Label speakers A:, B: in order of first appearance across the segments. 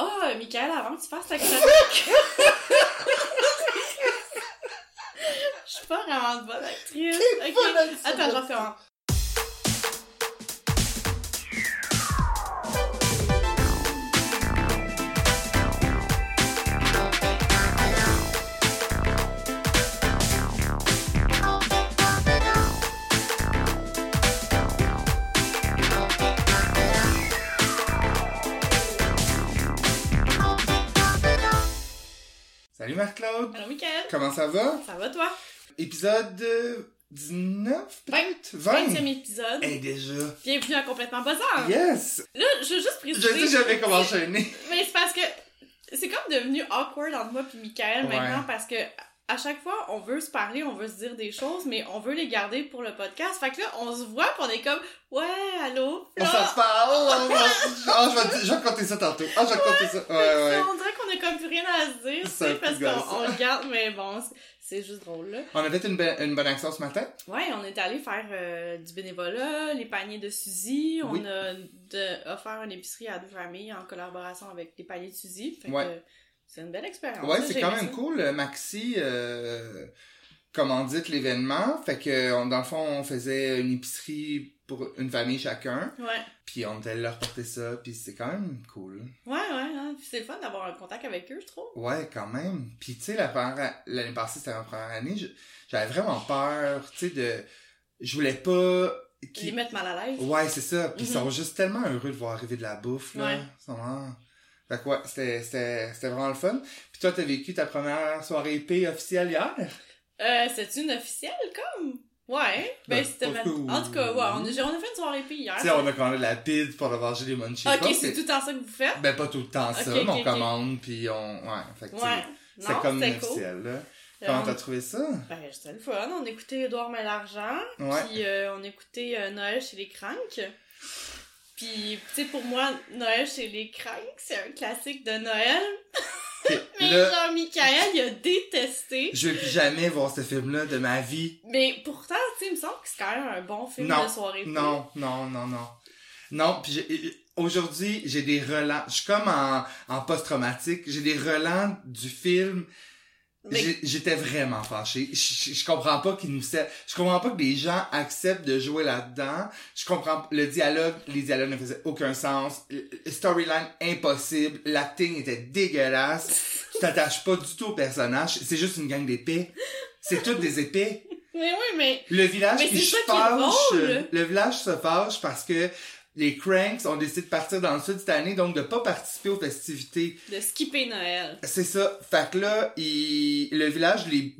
A: Ah, Michael, avant que tu fasses ta chronique. Je suis pas vraiment une bonne actrice.
B: T'es
A: Ok.
B: bonne actrice.
A: Attends, je refais un.
B: Salut Marc-Claude.
A: Allô, Michael.
B: Comment ça va?
A: Ça va, toi?
B: Épisode euh, 19? peut-être?
A: 20e épisode.
B: Hey, déjà.
A: Bienvenue à Complètement Bazar.
B: Eh. Yes!
A: Là, je veux juste
B: Je
A: préciser.
B: sais jamais comment enchaîner.
A: Mais c'est parce que c'est comme devenu awkward entre moi puis Michael
B: Ouais.
A: maintenant parce que à chaque fois on veut se parler, on veut se dire des choses, mais on veut les garder pour le podcast. Fait que là, on se voit pis on est comme ouais, allô.
B: On
A: Là,
B: s'en parle. Oh, je vais, je vais compter ça tantôt. Ah, je vais compter ça. Ouais, ouais.
A: On dirait qu'on a comme plus rien à se dire, tu
B: C'est un
A: sais,
B: peu
A: parce
B: gossant.
A: qu'on on le garde, mais bon, c'est- c'est juste drôle, là.
B: On a fait une, be- une bonne action ce matin.
A: Ouais, on est allé faire euh, du bénévolat, les paniers de Suzy, on
B: Oui.
A: a de- offert une épicerie à deux familles en collaboration avec les paniers de Suzy, fait
B: Ouais.
A: que c'est une belle expérience.
B: ouais,
A: là,
B: c'est
A: j'ai
B: quand
A: aimé
B: même
A: Ah, ça.
B: cool. Euh, Maxi, euh, commandite l'événement. Fait que, euh, on- dans le fond, on faisait une épicerie pour une famille chacun.
A: Ouais.
B: Puis on allait leur porter ça. Puis c'est quand même cool.
A: Ouais, ouais, ouais. Puis c'est le fun d'avoir un contact avec eux, je trouve.
B: Ouais, quand même. Puis tu sais, la première- l'année passée, c'était ma première année, je- j'avais vraiment peur, tu sais, de... Je voulais pas...
A: Les
B: qu'ils-
A: mettre mal à l'aise.
B: Ouais, c'est ça. Puis ils
A: Mhm.
B: sont juste tellement heureux de voir arriver de la bouffe, là.
A: Ouais.
B: Ils sont vraiment- Fait que ouais, c'était- c'était c'était vraiment le fun. Puis toi, t'as vécu ta première soirée épée officielle hier?
A: Euh, c'est une officielle, comme? Ouais. Ben,
B: Ben,
A: c'était...
B: en
A: ma-
B: tout cas,
A: En tout cas, ouais, on a,
B: oui.
A: j'ai- on a fait une soirée pays hier.
B: Tu sais, on a commandé de la pide pour avoir mangé des munchies.
A: Ah, Ok, c'est tout le temps ça que vous faites?
B: Ben, pas tout le temps ça,
A: Ok, ok,
B: mais on
A: ok.
B: commande, puis on... Ouais, fait que tu sais,
A: Ouais.
B: c'est
A: Non,
B: comme
A: c'était cool.
B: officiel, là.
A: Euh,
B: Comment t'as trouvé ça?
A: Ben, c'était le fun. On écoutait Édouard Malargent.
B: Ouais.
A: Puis euh, on écoutait euh, Noël chez les Cranks. Puis, tu sais, pour moi, Noël chez les Cranks, c'est un classique de Noël.
B: Ok,
A: Mais
B: là,
A: Jean-Michael, il a détesté.
B: je vais plus jamais voir ce film-là de ma vie.
A: Mais pourtant, tu sais, il me semble que c'est quand même un bon film
B: Non,
A: de soirée.
B: Non, non, non, non. Non, puis j'ai- aujourd'hui, j'ai des relents. Je suis comme en, en post-traumatique. J'ai des relents du film.
A: Mais-
B: J'ai- J'étais vraiment fâché. Je, je- je comprends pas qu'ils nous servent. Je comprends pas que des gens acceptent de jouer là-dedans. Je comprends le dialogue. Les dialogues ne faisaient aucun sens. Le- le Storyline impossible. L'acting était dégueulasse. Tu t'attaches pas du tout au personnage. C'est juste une gang d'épées. C'est toutes des épées.
A: Mais oui, mais
B: Le village
A: Mais
B: qui
A: c'est
B: se
A: ça qui est drôle.
B: fâche. euh, Le village se fâche parce que les Cranks ont décidé de partir dans le sud cette année, donc de pas participer aux festivités.
A: de skipper Noël.
B: C'est ça. Fait que là, ils- le village les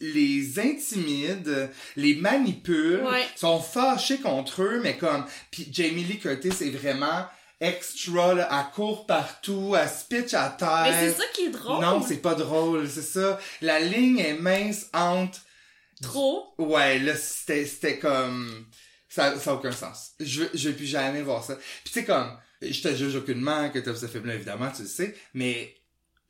B: les intimide, les manipule,
A: Ouais.
B: sont fâchés contre eux, mais comme puis Jamie Lee Curtis est vraiment extra, là, elle court partout, elle se pitch à terre.
A: Mais c'est ça qui est drôle.
B: Ben, Non, c'est pas drôle, c'est ça. La ligne est mince entre
A: trop.
B: Ouais, là, c'était, c'était comme... Ça n'a aucun sens. Je veux, je veux plus jamais voir ça. Puis tu sais, comme, je te juge aucunement que t'as vu ce film-là, évidemment, tu le sais, mais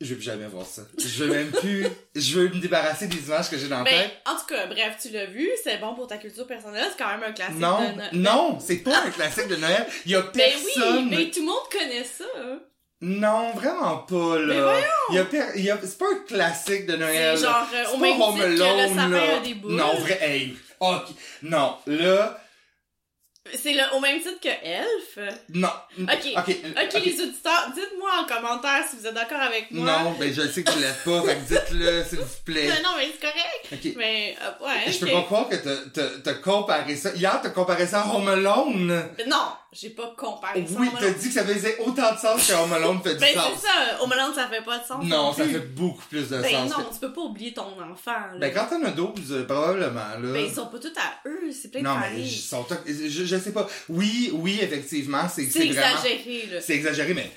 B: je veux plus jamais voir ça. Je veux même plus... Je veux me débarrasser des images que j'ai dans la
A: Ben,
B: tête.
A: en tout cas, bref, tu l'as vu, c'est bon pour ta culture personnelle, c'est quand même un classique
B: Non,
A: de Noël.
B: non, c'est pas un classique de Noël. Il y a
A: Ben
B: personne...
A: oui, mais tout le monde connaît ça. hein.
B: Non, vraiment pas,
A: Mais
B: là.
A: voyons!
B: Il y a per- il y a... C'est pas un classique de Noël.
A: C'est genre euh,
B: C'est
A: au
B: pas
A: même
B: Home
A: titre que le
B: Alone,
A: sapin
B: là.
A: a des boules.
B: Non, vrai, hey, ok. Non, là,
A: C'est le- au même titre que Elf.
B: non.
A: Ok. Ok, les auditeurs, dites-moi en commentaire si vous êtes d'accord avec moi.
B: Non, ben je sais que tu l'aimes pas, fait que dites-le, s'il vous plaît.
A: Non, non, mais c'est correct.
B: Ok.
A: Mais, euh, ouais,
B: Je peux
A: ok.
B: pas croire que t'as- t'as- t'as comparé ça. Hier, t'as comparé ça à Home Alone.
A: Mais non, j'ai pas comparé ça.
B: Oui,
A: au
B: t'as
A: Melon.
B: dit que ça faisait autant de sens que Home Alone fait du
A: Ben c'est
B: sens.
A: ça, au Melon, ça fait pas de sens.
B: Non, ça
A: plus.
B: fait beaucoup plus de
A: Ben
B: sens.
A: non, tu peux pas oublier ton enfant. Là.
B: Ben quand t'en as 12, euh, probablement, là.
A: Ben, ils sont pas tous à eux, c'est plein de
B: non, mais
A: familles.
B: ils sont... Je, je sais pas. Oui, oui, effectivement, c'est
A: C'est
B: c'est vraiment...
A: exagéré, là.
B: C'est exagéré, mais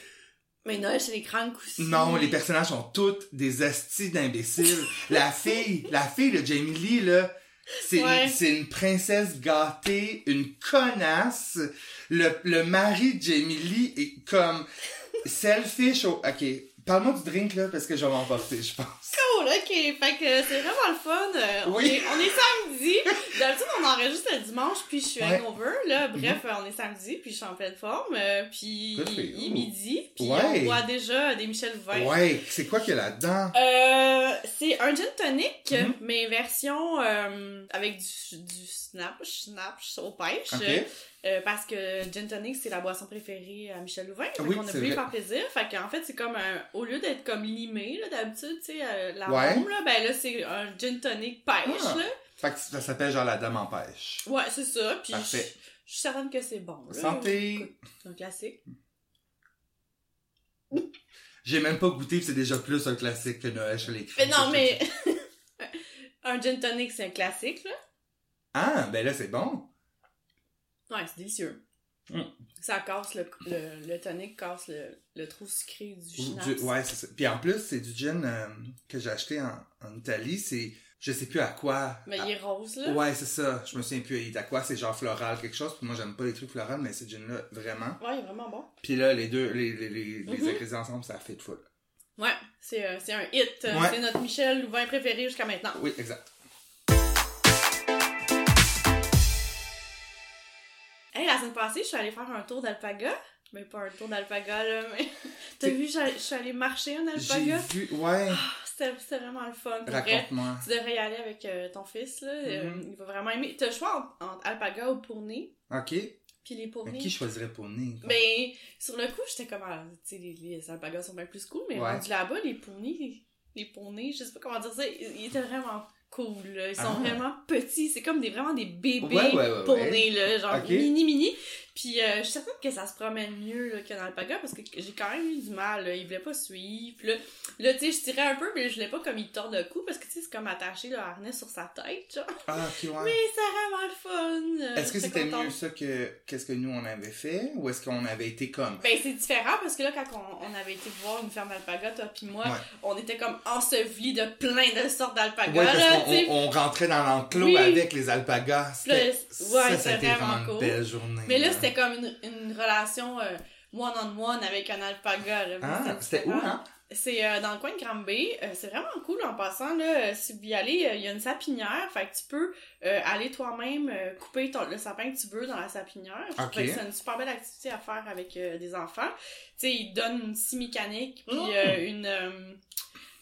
A: Mais Noël, c'est les grands aussi.
B: non, les personnages sont toutes des astis d'imbéciles. la fille, la fille de Jamie Lee, là, c'est
A: Ouais.
B: une, c'est une princesse gâtée, une connasse. Le, le mari de Jamie Lee est comme selfish. au- Ok, parle-moi du drink, là, parce que je vais m'emporter, je pense.
A: Cool, Oh, OK, fait que c'est vraiment le fun. Euh, on,
B: Oui.
A: est, on est samedi. D'habitude, on enregistre le dimanche, puis je suis
B: Ouais. Mhm.
A: hangover. Là. Bref, euh, on est samedi, puis je suis en pleine forme. euh, puis
B: Good for you.
A: il est midi, puis on
B: Ouais.
A: boit déjà des Michel Vin.
B: Ouais, c'est quoi qu'il y a là-dedans?
A: Euh, c'est un gin tonic,
B: Mhm.
A: mais version euh, avec du, du snap, snap au pêche.
B: Ok.
A: Euh, parce que gin tonic, c'est la boisson préférée à Michel Louvain. Fait
B: Oui,
A: qu'on a
B: c'est
A: voulu
B: vrai.
A: faire plaisir. Fait qu'en fait, c'est comme un... Au lieu d'être comme limé, là, d'habitude, tu sais, euh, la
B: Ouais.
A: bombe, là, ben là, c'est un gin tonic pêche,
B: Ah.
A: là.
B: Fait que ça s'appelle genre la dame en pêche.
A: Ouais, c'est ça. Puis je
B: Parfait.
A: je suis certaine que c'est bon, là.
B: Santé!
A: C'est un classique.
B: J'ai même pas goûté, puis c'est déjà plus un classique que Noël chez les
A: Mais non, mais... un gin tonic, c'est un classique, là.
B: Ah, ben là, c'est bon.
A: Ouais, c'est délicieux.
B: Mm.
A: Ça casse le... Le, le tonic casse le, le trou sucré du
B: Ou
A: schnapps.
B: du- ouais, c'est ça. Puis en plus, c'est du gin euh, que j'ai acheté en, en Italie. C'est, je sais plus à quoi.
A: Mais
B: À-
A: il est rose, là.
B: Ouais, c'est ça. Je me souviens plus. Il est à quoi C'est genre floral, quelque chose. Puis moi, j'aime pas les trucs floraux, mais ce gin-là, vraiment.
A: Ouais, il est vraiment bon.
B: Puis là, les deux, les, les, les, les
A: Mhm.
B: ingrédients ensemble, ça fait de full.
A: Ouais, c'est euh, c'est un hit. Euh,
B: Ouais.
A: C'est notre Michel Louvain préféré jusqu'à maintenant.
B: Oui, exact.
A: Hey, la semaine passée, je suis allée faire un tour d'alpaga. Mais pas un tour d'alpaga, là, mais... T'as
B: C'est-
A: vu, j'a- je suis allée marcher un
B: J'ai
A: alpaga?
B: vu. Ouais.
A: Ah, C'était c'était vraiment le fun. pour vrai.
B: Raconte-moi.
A: Tu devrais y aller avec euh, ton fils, là. Euh,
B: Mhm.
A: il va vraiment aimer. T'as le choix en- entre alpaga ou pourné.
B: Ok.
A: Puis les
B: Mais
A: pournis...
B: qui je choisirais pour nez
A: Ben, sur le coup, j'étais comme, ah, tu sais, les, les alpagas sont bien plus cool, mais
B: Ouais.
A: rendu là-bas, les poneys, les poneys, je sais pas comment dire ça, ils, ils étaient vraiment cool, là. Ils sont
B: Ah.
A: vraiment petits, c'est comme des, vraiment des bébés
B: Ouais, ouais, ouais,
A: poneys, là, genre
B: Ok.
A: mini, mini. Puis, euh, je suis certaine que ça se promène mieux, là, qu'un alpaga, parce que j'ai quand même eu du mal, là. Ils voulaient pas suivre, Puis là. Là, tu sais, je tirais un peu, mais je voulais pas comme ils tordent le cou, parce que, tu sais, c'est comme attacher le harnais sur sa tête, genre.
B: Ah, ok, ouais.
A: Mais c'est vraiment le fun!
B: Est-ce que
A: J'étais
B: c'était
A: euh, contente.
B: mieux ça que qu'est-ce que nous on avait fait ou est-ce qu'on avait été comme
A: Ben, c'est différent parce que là, quand on, on avait été voir une ferme d'alpaga, toi puis moi,
B: Ouais.
A: on était comme ensevelis de plein de sortes d'alpagas,
B: Ouais,
A: là,
B: parce
A: tu sais.
B: qu'on on- on rentrait dans l'enclos
A: Oui.
B: avec les alpagas. C'était-
A: Là, c'est- ouais,
B: ça,
A: c'était
B: ça a été
A: vraiment
B: vraiment
A: cool.
B: une belle hein. journée.
A: Mais là, c'était comme une, une relation euh, one-on-one avec un alpaga, là.
B: Ah, c'était où,
A: différent.
B: hein?
A: C'est euh, dans le coin de Granby. Euh, c'est vraiment cool en passant. Là, Euh, si vous y allez, euh, il y a une sapinière. Fait que tu peux euh, aller toi-même euh, couper ton- le sapin que tu veux dans la sapinière. Je
B: Ok.
A: trouvais que c'est une super belle activité à faire avec euh, des enfants. Tu sais, ils donnent une scie mécanique puis
B: Mm.
A: euh, une, euh,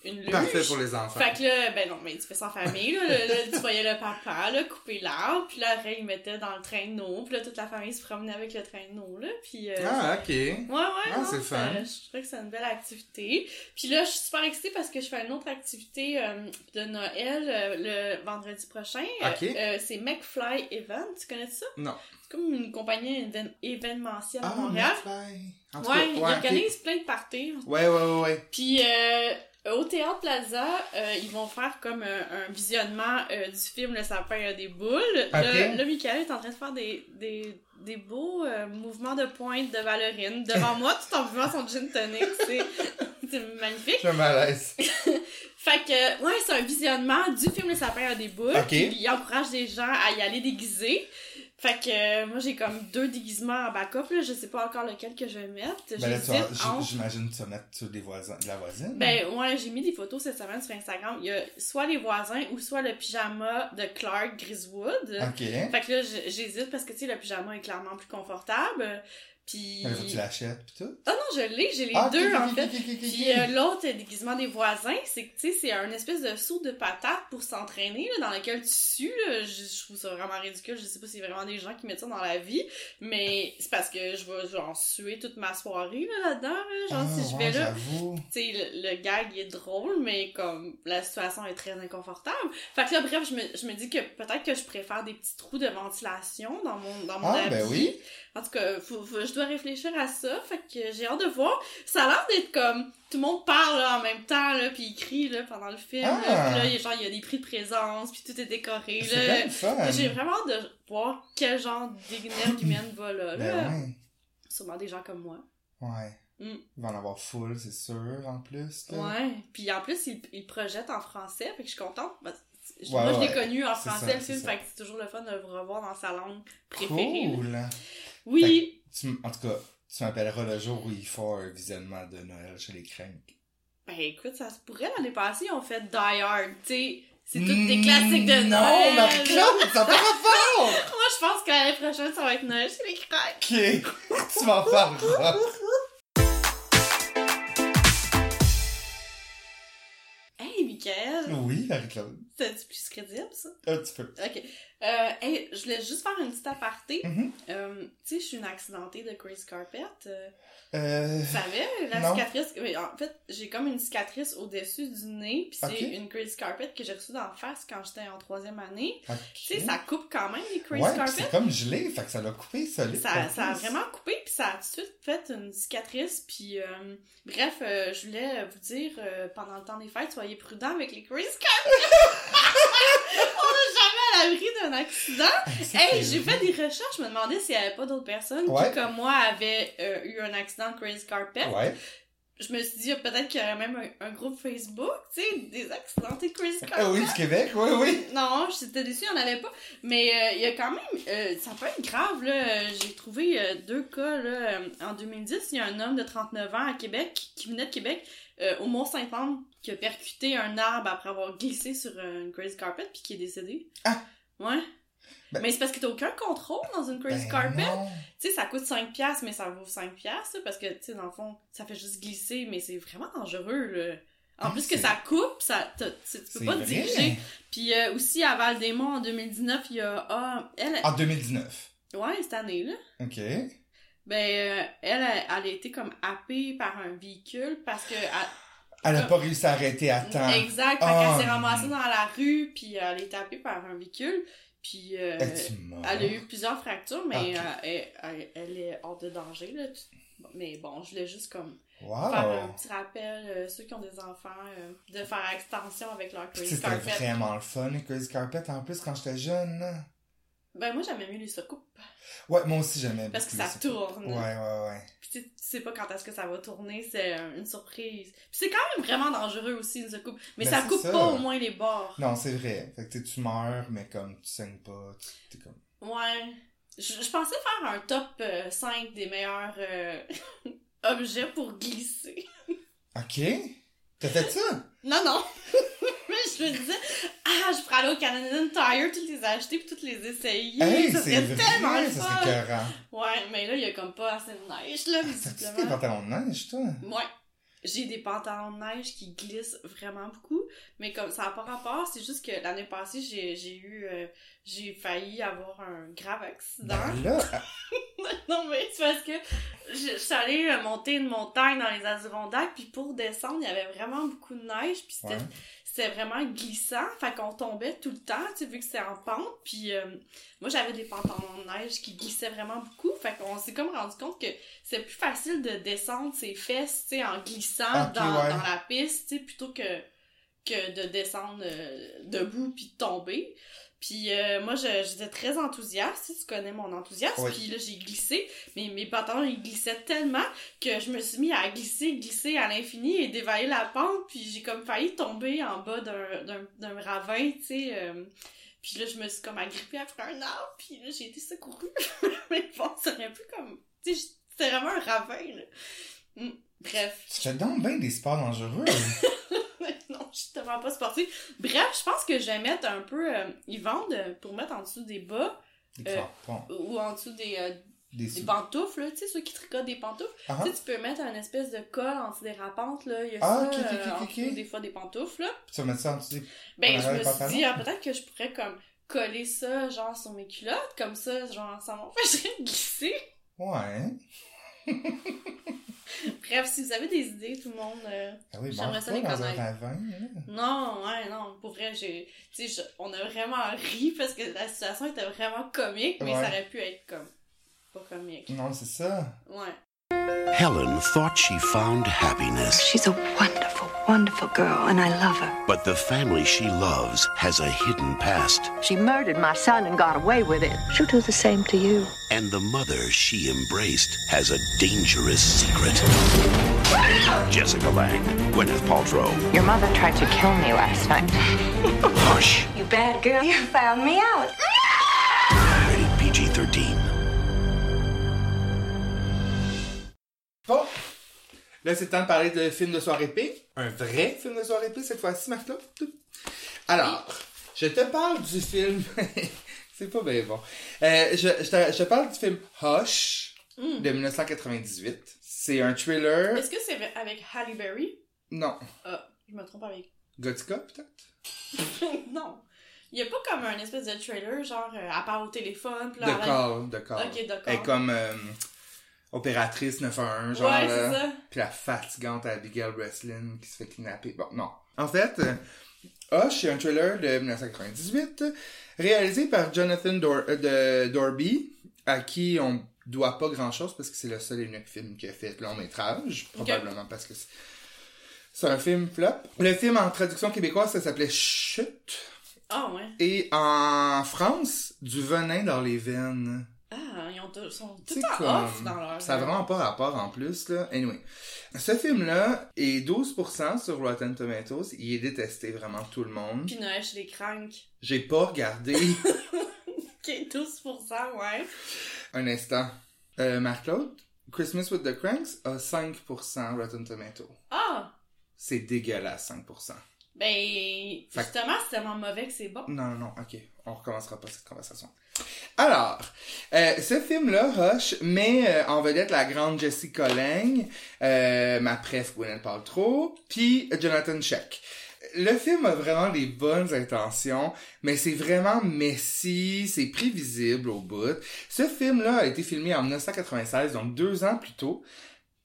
A: une luge.
B: Parfait pour les enfants.
A: Fait que là, ben non, mais tu fais ça en famille, là, là, là, tu voyais le papa, là, couper l'arbre, puis là, après, il mettait dans le traîneau, puis là, toute la famille se promenait avec le traîneau, là, puis... euh,
B: Ah, ok.
A: Ouais, ouais,
B: Ah,
A: non,
B: c'est
A: ça-
B: fun.
A: Je trouvais que c'est une belle activité. Puis là, je suis super excitée parce que je fais une autre activité euh, de Noël euh, le vendredi prochain. Euh,
B: Ok.
A: euh, c'est McFly Event. Tu connais ça?
B: Non.
A: C'est comme une compagnie évén- événementielle
B: Ah,
A: à Montréal.
B: McFly. En tout
A: Ouais,
B: cas,
A: ils
B: ouais, ok.
A: organisent plein de parties.
B: Ouais, ouais, ouais, ouais.
A: Puis euh, au Théâtre Plaza, euh, ils vont faire comme euh, un visionnement euh, du film Le sapin a des boules. Là,
B: Ok.
A: là, Michael est en train de faire des, des, des beaux euh, mouvements de pointe de Valorine devant moi tout en buvant son gin tonic. C'est c'est magnifique.
B: Je me malaise.
A: Fait que, ouais, c'est un visionnement du film Le sapin a des boules.
B: Ok.
A: Puis il encourage les gens à y aller déguisés. Fait que euh, moi j'ai comme deux déguisements en backup là, je sais pas encore lequel que je vais mettre.
B: Ben là, tu vas-
A: J'hésite entre-
B: j- j'imagine que tu vas mettre sur des voisins, de la voisine.
A: ben ouais, j'ai mis des photos cette semaine sur Instagram. Il y a soit les voisins ou soit le pyjama de Clark Griswood.
B: Ok. Ben,
A: Fait que là, j- j'hésite parce que tu sais, le pyjama est clairement plus confortable. Puis.
B: faut que tu l'achètes, pis tout.
A: Ah non, je l'ai, j'ai les
B: Ah, ok,
A: deux
B: ok,
A: en
B: ok,
A: fait.
B: ok, ok, ok.
A: Puis euh, l'autre déguisement des voisins, c'est que tu sais, c'est un espèce de saut de patate pour s'entraîner, là, dans lequel tu sues, là. Je, je trouve ça vraiment ridicule. Je sais pas si vraiment des gens qui mettent ça dans la vie, mais c'est parce que je vais genre suer toute ma soirée, là, là-dedans, là. Genre,
B: Ah,
A: si je
B: ouais,
A: vais là,
B: J'avoue.
A: tu sais, le, le gag il est drôle, mais comme la situation est très inconfortable. Fait que là, bref, je me, je me dis que peut-être que je préfère des petits trous de ventilation dans mon, dans mon
B: Ah, ben
A: habit.
B: oui.
A: En tout cas, faut- faut- je dois réfléchir à ça. Fait que j'ai hâte de voir. Ça a l'air d'être comme tout le monde parle là, en même temps, là, puis il crie là, pendant le film.
B: Ah.
A: là, Puis là, il y a genre, il y a des prix de présence, puis tout est décoré.
B: C'est bien
A: Là.
B: le fun.
A: J'ai vraiment hâte de voir quel genre d'énergumène va là. là.
B: Ben ouais.
A: Sûrement des gens comme moi.
B: Ouais.
A: Mm.
B: Il va en avoir full, c'est sûr, en plus. là.
A: Ouais, puis en plus, il, il projette en français, fait que je suis contente. parce que je-
B: Ouais,
A: moi, je l'ai
B: ouais,
A: connu en
B: c'est
A: français,
B: ça,
A: le film,
B: c'est ça.
A: fait que c'est toujours le fun de le revoir dans sa langue préférée.
B: Cool.
A: Oui,
B: Tu m- en tout cas, tu m'appelleras le jour où il faut un visionnement de Noël chez les crinques.
A: Ben écoute, ça se pourrait l'année passée, on fait Die Hard, tu sais. C'est toutes des classiques de
B: Mm, Non,
A: Noël.
B: Marie-Claude, ça fait rapport!
A: Moi, je pense que l'année prochaine, ça va être Noël chez les crêpes.
B: Ok, tu m'en parleras.
A: Hey, Michael,
B: Oui, Marie-Claude,
A: c'est plus crédible, ça?
B: un petit peu.
A: Ok. Euh, hey, je voulais juste faire une petite aparté.
B: Mhm.
A: Euh, tu sais, je suis une accidentée de Crazy Carpet. euh,
B: Euh,
A: Vous savez, la
B: Non.
A: cicatrice. oui, en fait, j'ai comme une cicatrice au-dessus du nez, puis c'est
B: Ok.
A: une Crazy Carpet que j'ai reçue d'en face quand j'étais en troisième année.
B: ok.
A: Tu sais, ça coupe quand même les Crazy
B: ouais, puis
A: Carpet.
B: c'est comme gelé, fait que ça l'a coupé solide.
A: Ça,
B: en
A: ça a
B: plus.
A: vraiment coupé, puis ça a tout de suite fait une cicatrice. Puis, euh, bref, euh, je voulais vous dire, euh, pendant le temps des fêtes, soyez prudents avec les crazy carpets. On n'est jamais à l'abri d'un accident.
B: Ça,
A: Hey,
B: c'est
A: j'ai fait des recherches, je me demandais s'il n'y avait pas d'autres personnes
B: Ouais.
A: qui, comme moi, avaient euh, eu un accident de crazy carpet.
B: Ouais.
A: Je me suis dit, ah, peut-être qu'il y aurait même un, un groupe Facebook, tu sais, des accidentés de crazy carpet.
B: Ah oui, du Québec, oui, oui.
A: Non, j'étais déçue, il n'y en avait pas. Mais euh, il y a quand même. euh, ça peut être grave, là. Euh, J'ai trouvé euh, deux cas, là. euh, En 2010, il y a un homme de 39 ans à Québec, qui venait de Québec, euh, au Mont-Saint-Anne, qui a percuté un arbre après avoir glissé sur euh, une crazy carpet, puis qui est décédé.
B: Ah!
A: Ouais.
B: Ben-
A: mais c'est parce que t'as aucun contrôle dans une crazy
B: Ben
A: carpet.
B: non.
A: Tu sais, ça coûte 5$, piastres, mais ça vaut 5$, piastres, là, parce que, tu sais, dans le fond, ça fait juste glisser, mais c'est vraiment dangereux, là. En
B: Ah,
A: plus que
B: c'est-
A: ça coupe, ça, t'as- tu tu
B: C'est
A: peux pas te
B: vrai.
A: diriger. Puis euh, aussi à Val des Monts en 2019, il y a ah, elle
B: En 2019.
A: ouais, cette année là.
B: Ok.
A: Ben euh, elle elle a été comme happée par un véhicule parce que elle-
B: Elle a
A: Comme-
B: pas réussi à arrêter à temps.
A: exact,
B: Ah.
A: elle s'est ramassée dans la rue puis elle est tapée par un véhicule puis euh,
B: Es-tu mort?
A: elle a eu plusieurs fractures mais
B: Ok.
A: euh, elle, elle- elle est hors de danger là. Tu- Mais bon, je voulais juste comme faire un
B: Wow.
A: petit rappel euh, ceux qui ont des enfants euh, de faire extension avec leur
B: Puis
A: crazy
B: C'était
A: carpet.
B: vraiment le fun, les Crazy Carpet, en plus, quand j'étais jeune. là.
A: Ben moi j'aimais mieux les soucoupes
B: Ouais, moi aussi, j'aimais
A: parce que
B: beaucoup
A: ça
B: les-
A: tourne.
B: Ouais, ouais, ouais.
A: Puis tu tu sais pas quand est-ce que ça va tourner, c'est euh, une surprise. Puis c'est quand même vraiment dangereux aussi une soucoupe, mais
B: Ben,
A: ça
B: c'est
A: coupe
B: ça.
A: pas au moins les bords.
B: Non, c'est vrai. Fait que tu sais, tu meurs, mais comme tu saignes pas, tu t'es comme.
A: Ouais. Je, je pensais faire un top euh, 5 des meilleurs euh, objets pour glisser.
B: Ok. T'as fait ça?
A: Non, non. mais je me disais, ah, je pourrais aller au Canadian Tire, toutes les acheter puis toutes les essayer.
B: Hey,
A: ça
B: c'est
A: serait
B: vrai!
A: tellement le
B: ça
A: fun.
B: serait écœurant.
A: Ouais, mais là, il y a comme pas assez de neige, là,
B: T'as-tu des
A: visiblement.
B: pantalons de neige, toi?
A: Ouais. J'ai des pantalons de neige qui glissent vraiment beaucoup, mais comme ça n'a pas rapport, c'est juste que l'année passée, j'ai, j'ai eu. euh, j'ai failli avoir un grave accident.
B: Ben là, ah,
A: non, mais c'est parce que je, je suis allée euh, monter une montagne dans les Adirondacks, puis pour descendre, il y avait vraiment beaucoup de neige, puis c'était,
B: ouais.
A: c'était vraiment glissant, fait qu'on tombait tout le temps, tu sais, vu que c'était en pente, puis euh, moi j'avais des pantalons de neige qui glissaient vraiment beaucoup, fait qu'on s'est comme rendu compte que c'est plus facile de descendre ses fesses, tu sais, en glissant
B: Ok,
A: dans,
B: ouais.
A: dans la piste, tu sais, plutôt que, que de descendre euh, debout puis de tomber. Puis euh, moi, je- j'étais très enthousiaste, tu sais, tu connais mon enthousiasme,
B: Oui.
A: puis là j'ai glissé, mais mes pantalons ils glissaient tellement que je me suis mis à glisser, glisser à l'infini et dévaler la pente, puis j'ai comme failli tomber en bas d'un- d'un d'un ravin, tu sais. euh, puis là, je me suis comme agrippée après un arbre, puis là, j'ai été secourue. Mais bon, ça aurait pu comme... Tu sais, c'était vraiment un ravin, là. Mm, Bref.
B: Tu fais donc bien des sports dangereux.
A: Euh, non, je suis tellement pas sportive. Bref, je pense que je vais mettre un peu... euh, ils vendent euh, pour mettre en dessous des bas
B: Des
A: Euh,
B: crampons.
A: ou en dessous des, euh,
B: Des
A: des
B: sous.
A: pantoufles, là, tu sais, ceux qui tricotent des pantoufles.
B: Ah, ah.
A: Tu sais, tu peux mettre un espèce de col antidérapante, là. Il y a
B: Ah,
A: ça,
B: ok, ok,
A: euh,
B: ok,
A: en
B: ok.
A: dessous, des fois, des pantoufles, là.
B: Tu vas mettre ça en dessous des-
A: Ben,
B: Ah,
A: je me
B: les
A: suis
B: pantalons.
A: dit, ah, peut-être que je pourrais, comme, coller ça, genre, sur mes culottes, comme ça, genre, ça m'empêcherait de glisser.
B: Ouais.
A: Bref, si vous avez des idées, tout le monde... euh,
B: Ah oui,
A: J'aimerais
B: mange
A: ça
B: pas
A: les
B: dans un
A: connaître.
B: ravin. là.
A: Non, ouais, non, pour vrai, j'ai... Tu sais, je- on a vraiment ri parce que la situation était vraiment comique, mais
B: Ouais.
A: ça aurait pu être, comme, pas comique.
B: Non, c'est ça.
A: Ouais.
C: Helen thought she found happiness,
D: She's a wonderful, wonderful girl, and I love her.
C: but the family she loves has a hidden past,
D: She murdered my son and got away with it. She'll do the same to you.
C: and the mother she embraced has a dangerous secret. Jessica Lange, Gwyneth Paltrow.
E: Your mother tried to kill me last night.
C: Hush,
E: You bad girl, you found me out.
C: rated PG 13.
B: Bon. Là, c'est le temps de parler de films de soirée P. un vrai film de soirée épée cette fois-ci, Martha. Alors, je te parle du film. C'est pas bien bon. Euh, je, je te, je te parle du film Hush de 1998. C'est un thriller.
A: Est-ce que c'est vrai- avec Halle Berry?
B: Non.
A: Ah, je me trompe avec.
B: Gothica, peut-être?
A: non. Il y a pas comme un espèce de trailer, genre, euh, à part au téléphone, pis là,
B: De
A: avec-
B: corps, de corps.
A: Ok, de corps.
B: Elle est comme euh, opératrice 911, genre.
A: Ouais,
B: là.
A: c'est ça.
B: Puis la fatigante Abigail Breslin qui se fait kidnapper. Bon, non. En fait, euh, Hush c'est un thriller de 1998 réalisé par Jonathan Dor- euh, de Dorby, à qui on doit pas grand-chose parce que c'est le seul et unique film qui a fait long métrage, probablement parce que c'est- c'est un film flop. Le film en traduction québécoise, ça s'appelait Chut.
A: Ah, ouais.
B: Et en France, du venin dans les veines.
A: Ah, ils ont tout- sont
B: C'est
A: tout en
B: comme-
A: off dans leur. euh,
B: Ça n'a vraiment pas rapport en plus, là. Anyway. Ce film-là est 12% sur Rotten Tomatoes. Il est détesté vraiment de tout le monde.
A: Pis Noël chez les cranks.
B: J'ai pas regardé
A: Ok, 12%, ouais.
B: un instant. Euh, Marc-Claude, Christmas with the Cranks a 5% Rotten Tomatoes.
A: Ah!
B: C'est dégueulasse, 5%.
A: Ben,
B: Fait que-
A: justement, c'est tellement mauvais que c'est bon.
B: Non, non, ok. On recommencera pas cette conversation. Alors, euh, ce film-là, Hush, met euh, en vedette la grande Jessie Colling, euh, ma presse Gwyneth Paltrow, puis Jonathan Sheck. Le film a vraiment des bonnes intentions, mais c'est vraiment messy, c'est prévisible au bout. Ce film-là a été filmé en 1996, donc deux ans plus tôt.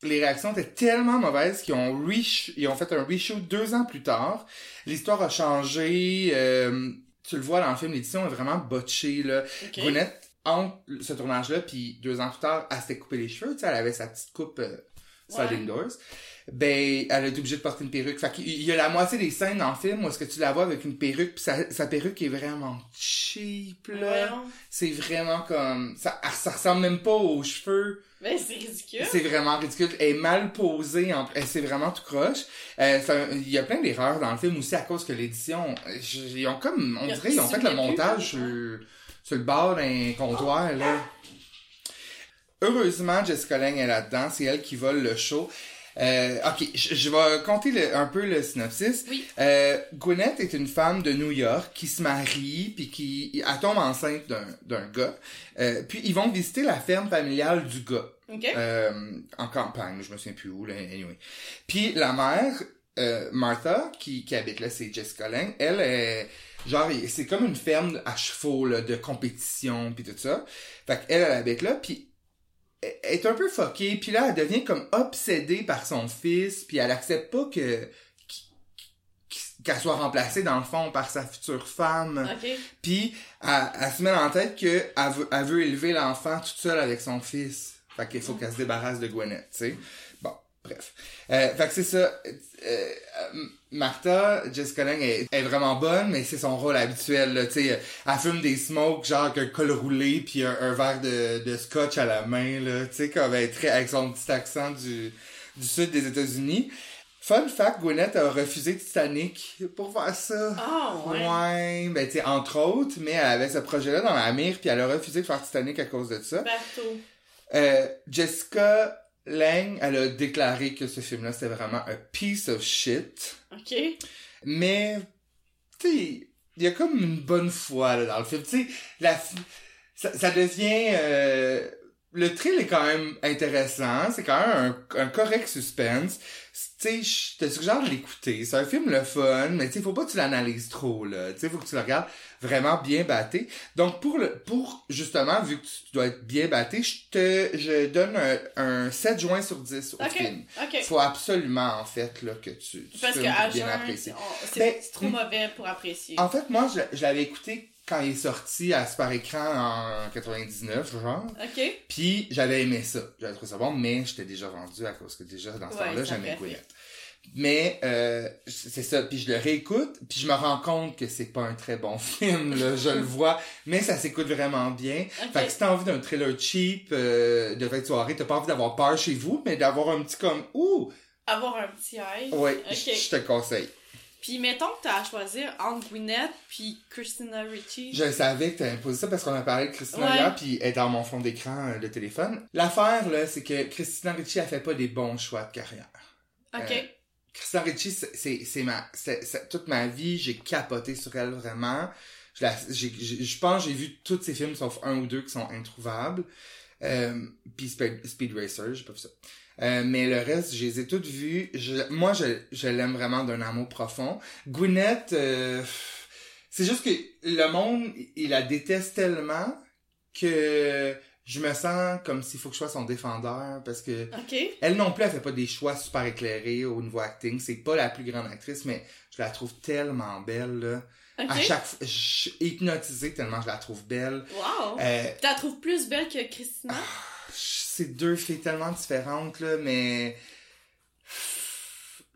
B: Les réactions étaient tellement mauvaises qu'ils ont, resh- ils ont fait un reshoot deux ans plus tard. L'histoire a changé. euh, tu le vois dans le film, l'édition est vraiment botchée. Là.
A: Ok.
B: Gwyneth, entre ce tournage-là, puis deux ans plus tard, elle s'était coupée les cheveux. tu sais, Elle avait sa petite coupe euh, sliding doors. Ben, elle a été obligée de porter une perruque. Fait qu'il y a la moitié des scènes dans le film où est-ce que tu la vois avec une perruque, puis sa, sa perruque est vraiment cheap, là.
A: Voyons.
B: C'est vraiment comme... Ça, ça ressemble même pas aux cheveux.
A: Ben, c'est ridicule.
B: C'est vraiment ridicule. Elle est mal posée. En... elle- C'est vraiment tout croche. Euh, ça- Il y a plein d'erreurs dans le film aussi à cause que l'édition... euh, j- Ils ont comme... On
A: Ils ont
B: dirait ils ont fait le
A: supprimé
B: montage
A: plus,
B: sur, sur le bord d'un comptoir, là. Heureusement, Jessica Lange est là-dedans. C'est elle qui vole le show. Euh, ok, je je vais compter le- un peu le synopsis.
A: Oui.
B: Euh, Gwyneth est une femme de New York qui se marie puis qui elle tombe enceinte d'un- d'un gars. Euh, puis ils vont visiter la ferme familiale du gars.
A: Ok.
B: Euh, en campagne, je me souviens plus où, là, anyway. Puis la mère, euh, Martha, qui, qui habite là, c'est Jessica Lang, elle est, genre, il- c'est comme une ferme à chevaux, là, de compétition, puis tout ça. Fait qu'elle, elle habite là, puis elle est un peu fuckée, puis là, elle devient comme obsédée par son fils, puis elle accepte pas que qu'elle soit remplacée dans le fond par sa future femme.
A: Ok.
B: Puis elle, elle se met en tête que elle veut, elle veut élever l'enfant toute seule avec son fils. Fait qu'il
A: Oh.
B: faut qu'elle se débarrasse de Gwyneth, tu sais. Bon, bref. Euh, fait que c'est ça. Euh, euh, Martha, Jessica Lang est, est vraiment bonne, mais c'est son rôle habituel, là, tu sais. Elle fume des smokes, genre avec un col roulé, puis un, un verre de, de scotch à la main, là, tu sais, comme elle est très- avec son petit accent du, du sud des États-Unis. Fun fact, Gwyneth a refusé Titanic pour faire ça.
A: Ah, ouais.
B: Ouais, ben tu sais, entre autres, mais elle avait ce projet-là dans la mire, puis elle a refusé de faire Titanic à cause de ça.
A: Bateau.
B: Euh, Jessica Lang, elle a déclaré que ce film-là, c'était vraiment un piece of shit.
A: Ok.
B: Mais, tu sais, il y a comme une bonne foi là, dans le film. Tu sais, la fi- ça, ça devient... euh, Le thrill est quand même intéressant. C'est quand même un, un correct suspense. Tu sais, je te suggère de l'écouter. C'est un film le fun, mais tu sais, faut pas que tu l'analyses trop, là. Tu sais, faut que tu le regardes vraiment bien batté. Donc, pour le, pour, justement, vu que tu dois être bien batté, je te, je donne un, un 7 juin sur 10 au
A: Ok.
B: film.
A: Ok.
B: Faut absolument, en fait, là, que tu, tu
A: Parce
B: filmes
A: que
B: pour
A: à
B: bien
A: jeun,
B: apprécier.
A: on- c'est
B: Ben,
A: c'est trop mauvais pour apprécier.
B: En fait, moi, je, je l'avais écouté quand il est sorti à Super Écran en 99, genre.
A: Ok.
B: Puis j'avais aimé ça. J'avais trouvé ça bon, mais j'étais déjà vendu à cause que déjà dans ce
A: Ouais,
B: temps-là,
A: ça
B: j'aimais
A: fait.
B: Gwyneth. Mais euh, c'est ça, puis je le réécoute, puis je me rends compte que c'est pas un très bon film, là, je le vois, mais ça s'écoute vraiment bien.
A: Ok.
B: Fait que si t'as envie d'un trailer cheap, euh, de fin de soirée, t'as pas envie d'avoir peur chez vous, mais d'avoir un petit comme, ouh,
A: Avoir un petit eye.
B: ouais, je-
A: Ok.
B: je te conseille.
A: Puis mettons que t'as à choisir entre Gwyneth puis Christina Ricci.
B: Je savais que t'avais posé ça parce qu'on a parlé de Christina
A: Ouais.
B: hier, puis elle est dans mon fond d'écran euh, de téléphone. L'affaire, là, c'est que Christina Ricci, elle fait pas des bons choix de carrière.
A: Ok.
B: Euh, Christina Ricci, c'est- c'est c'est ma, c'est- c'est- toute ma vie, j'ai capoté sur elle vraiment. Je, la- j'ai- j'ai- je pense que j'ai vu tous ses films sauf un ou deux qui sont introuvables. Euh, Puis Speed, Speed Racer, j'ai pas vu ça. Euh, mais le reste, je les ai toutes vues. Je- moi, je, je l'aime vraiment d'un amour profond. Gwyneth, euh, c'est juste que le monde, il la déteste tellement que je me sens comme s'il faut que je sois son défendeur parce que
A: OK.
B: elle non plus, elle fait pas des choix super éclairés au niveau acting. C'est pas la plus grande actrice, mais je la trouve tellement belle. Là. À
A: OK.
B: chaque fois, je suis hypnotisée tellement je la trouve belle.
A: Wow.
B: Euh, Ah.
A: Tu la trouves plus belle que Christina?
B: c'est deux filles tellement différentes, là, mais...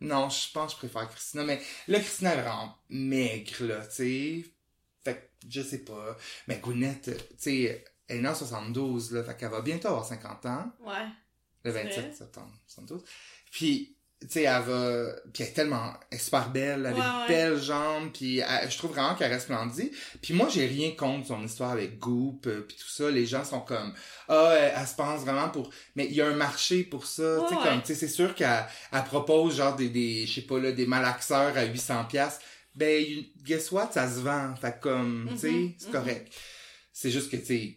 B: Non, je pense que je préfère Christina, mais là, Christina est vraiment maigre, là, tu sais. Fait que, je sais pas. Mais Gwyneth, euh, tu sais, elle est née en 72, là, fait qu'elle va bientôt avoir 50 ans,
A: Ouais.
B: le
A: C'est vrai.
B: 27 septembre 72. Puis, tu sais, elle va... Puis elle est tellement... Elle est super belle, elle a
A: Ouais,
B: des
A: ouais.
B: belles jambes, puis elle- je trouve vraiment qu'elle resplendit. Puis moi, j'ai rien contre son histoire avec Goop, euh, puis tout ça. Les gens sont comme ah, elle, elle se pense vraiment pour. Mais il y a un marché pour ça. tu sais,
A: Ouais,
B: comme,
A: ouais.
B: tu sais, c'est sûr qu'elle elle propose genre des, des je sais pas là, des malaxeurs à 800 pièces. Ben, you- guess what, ça se vend. Fait que comme, tu sais,
A: Mhm,
B: c'est
A: mhm.
B: correct. C'est juste que tu sais,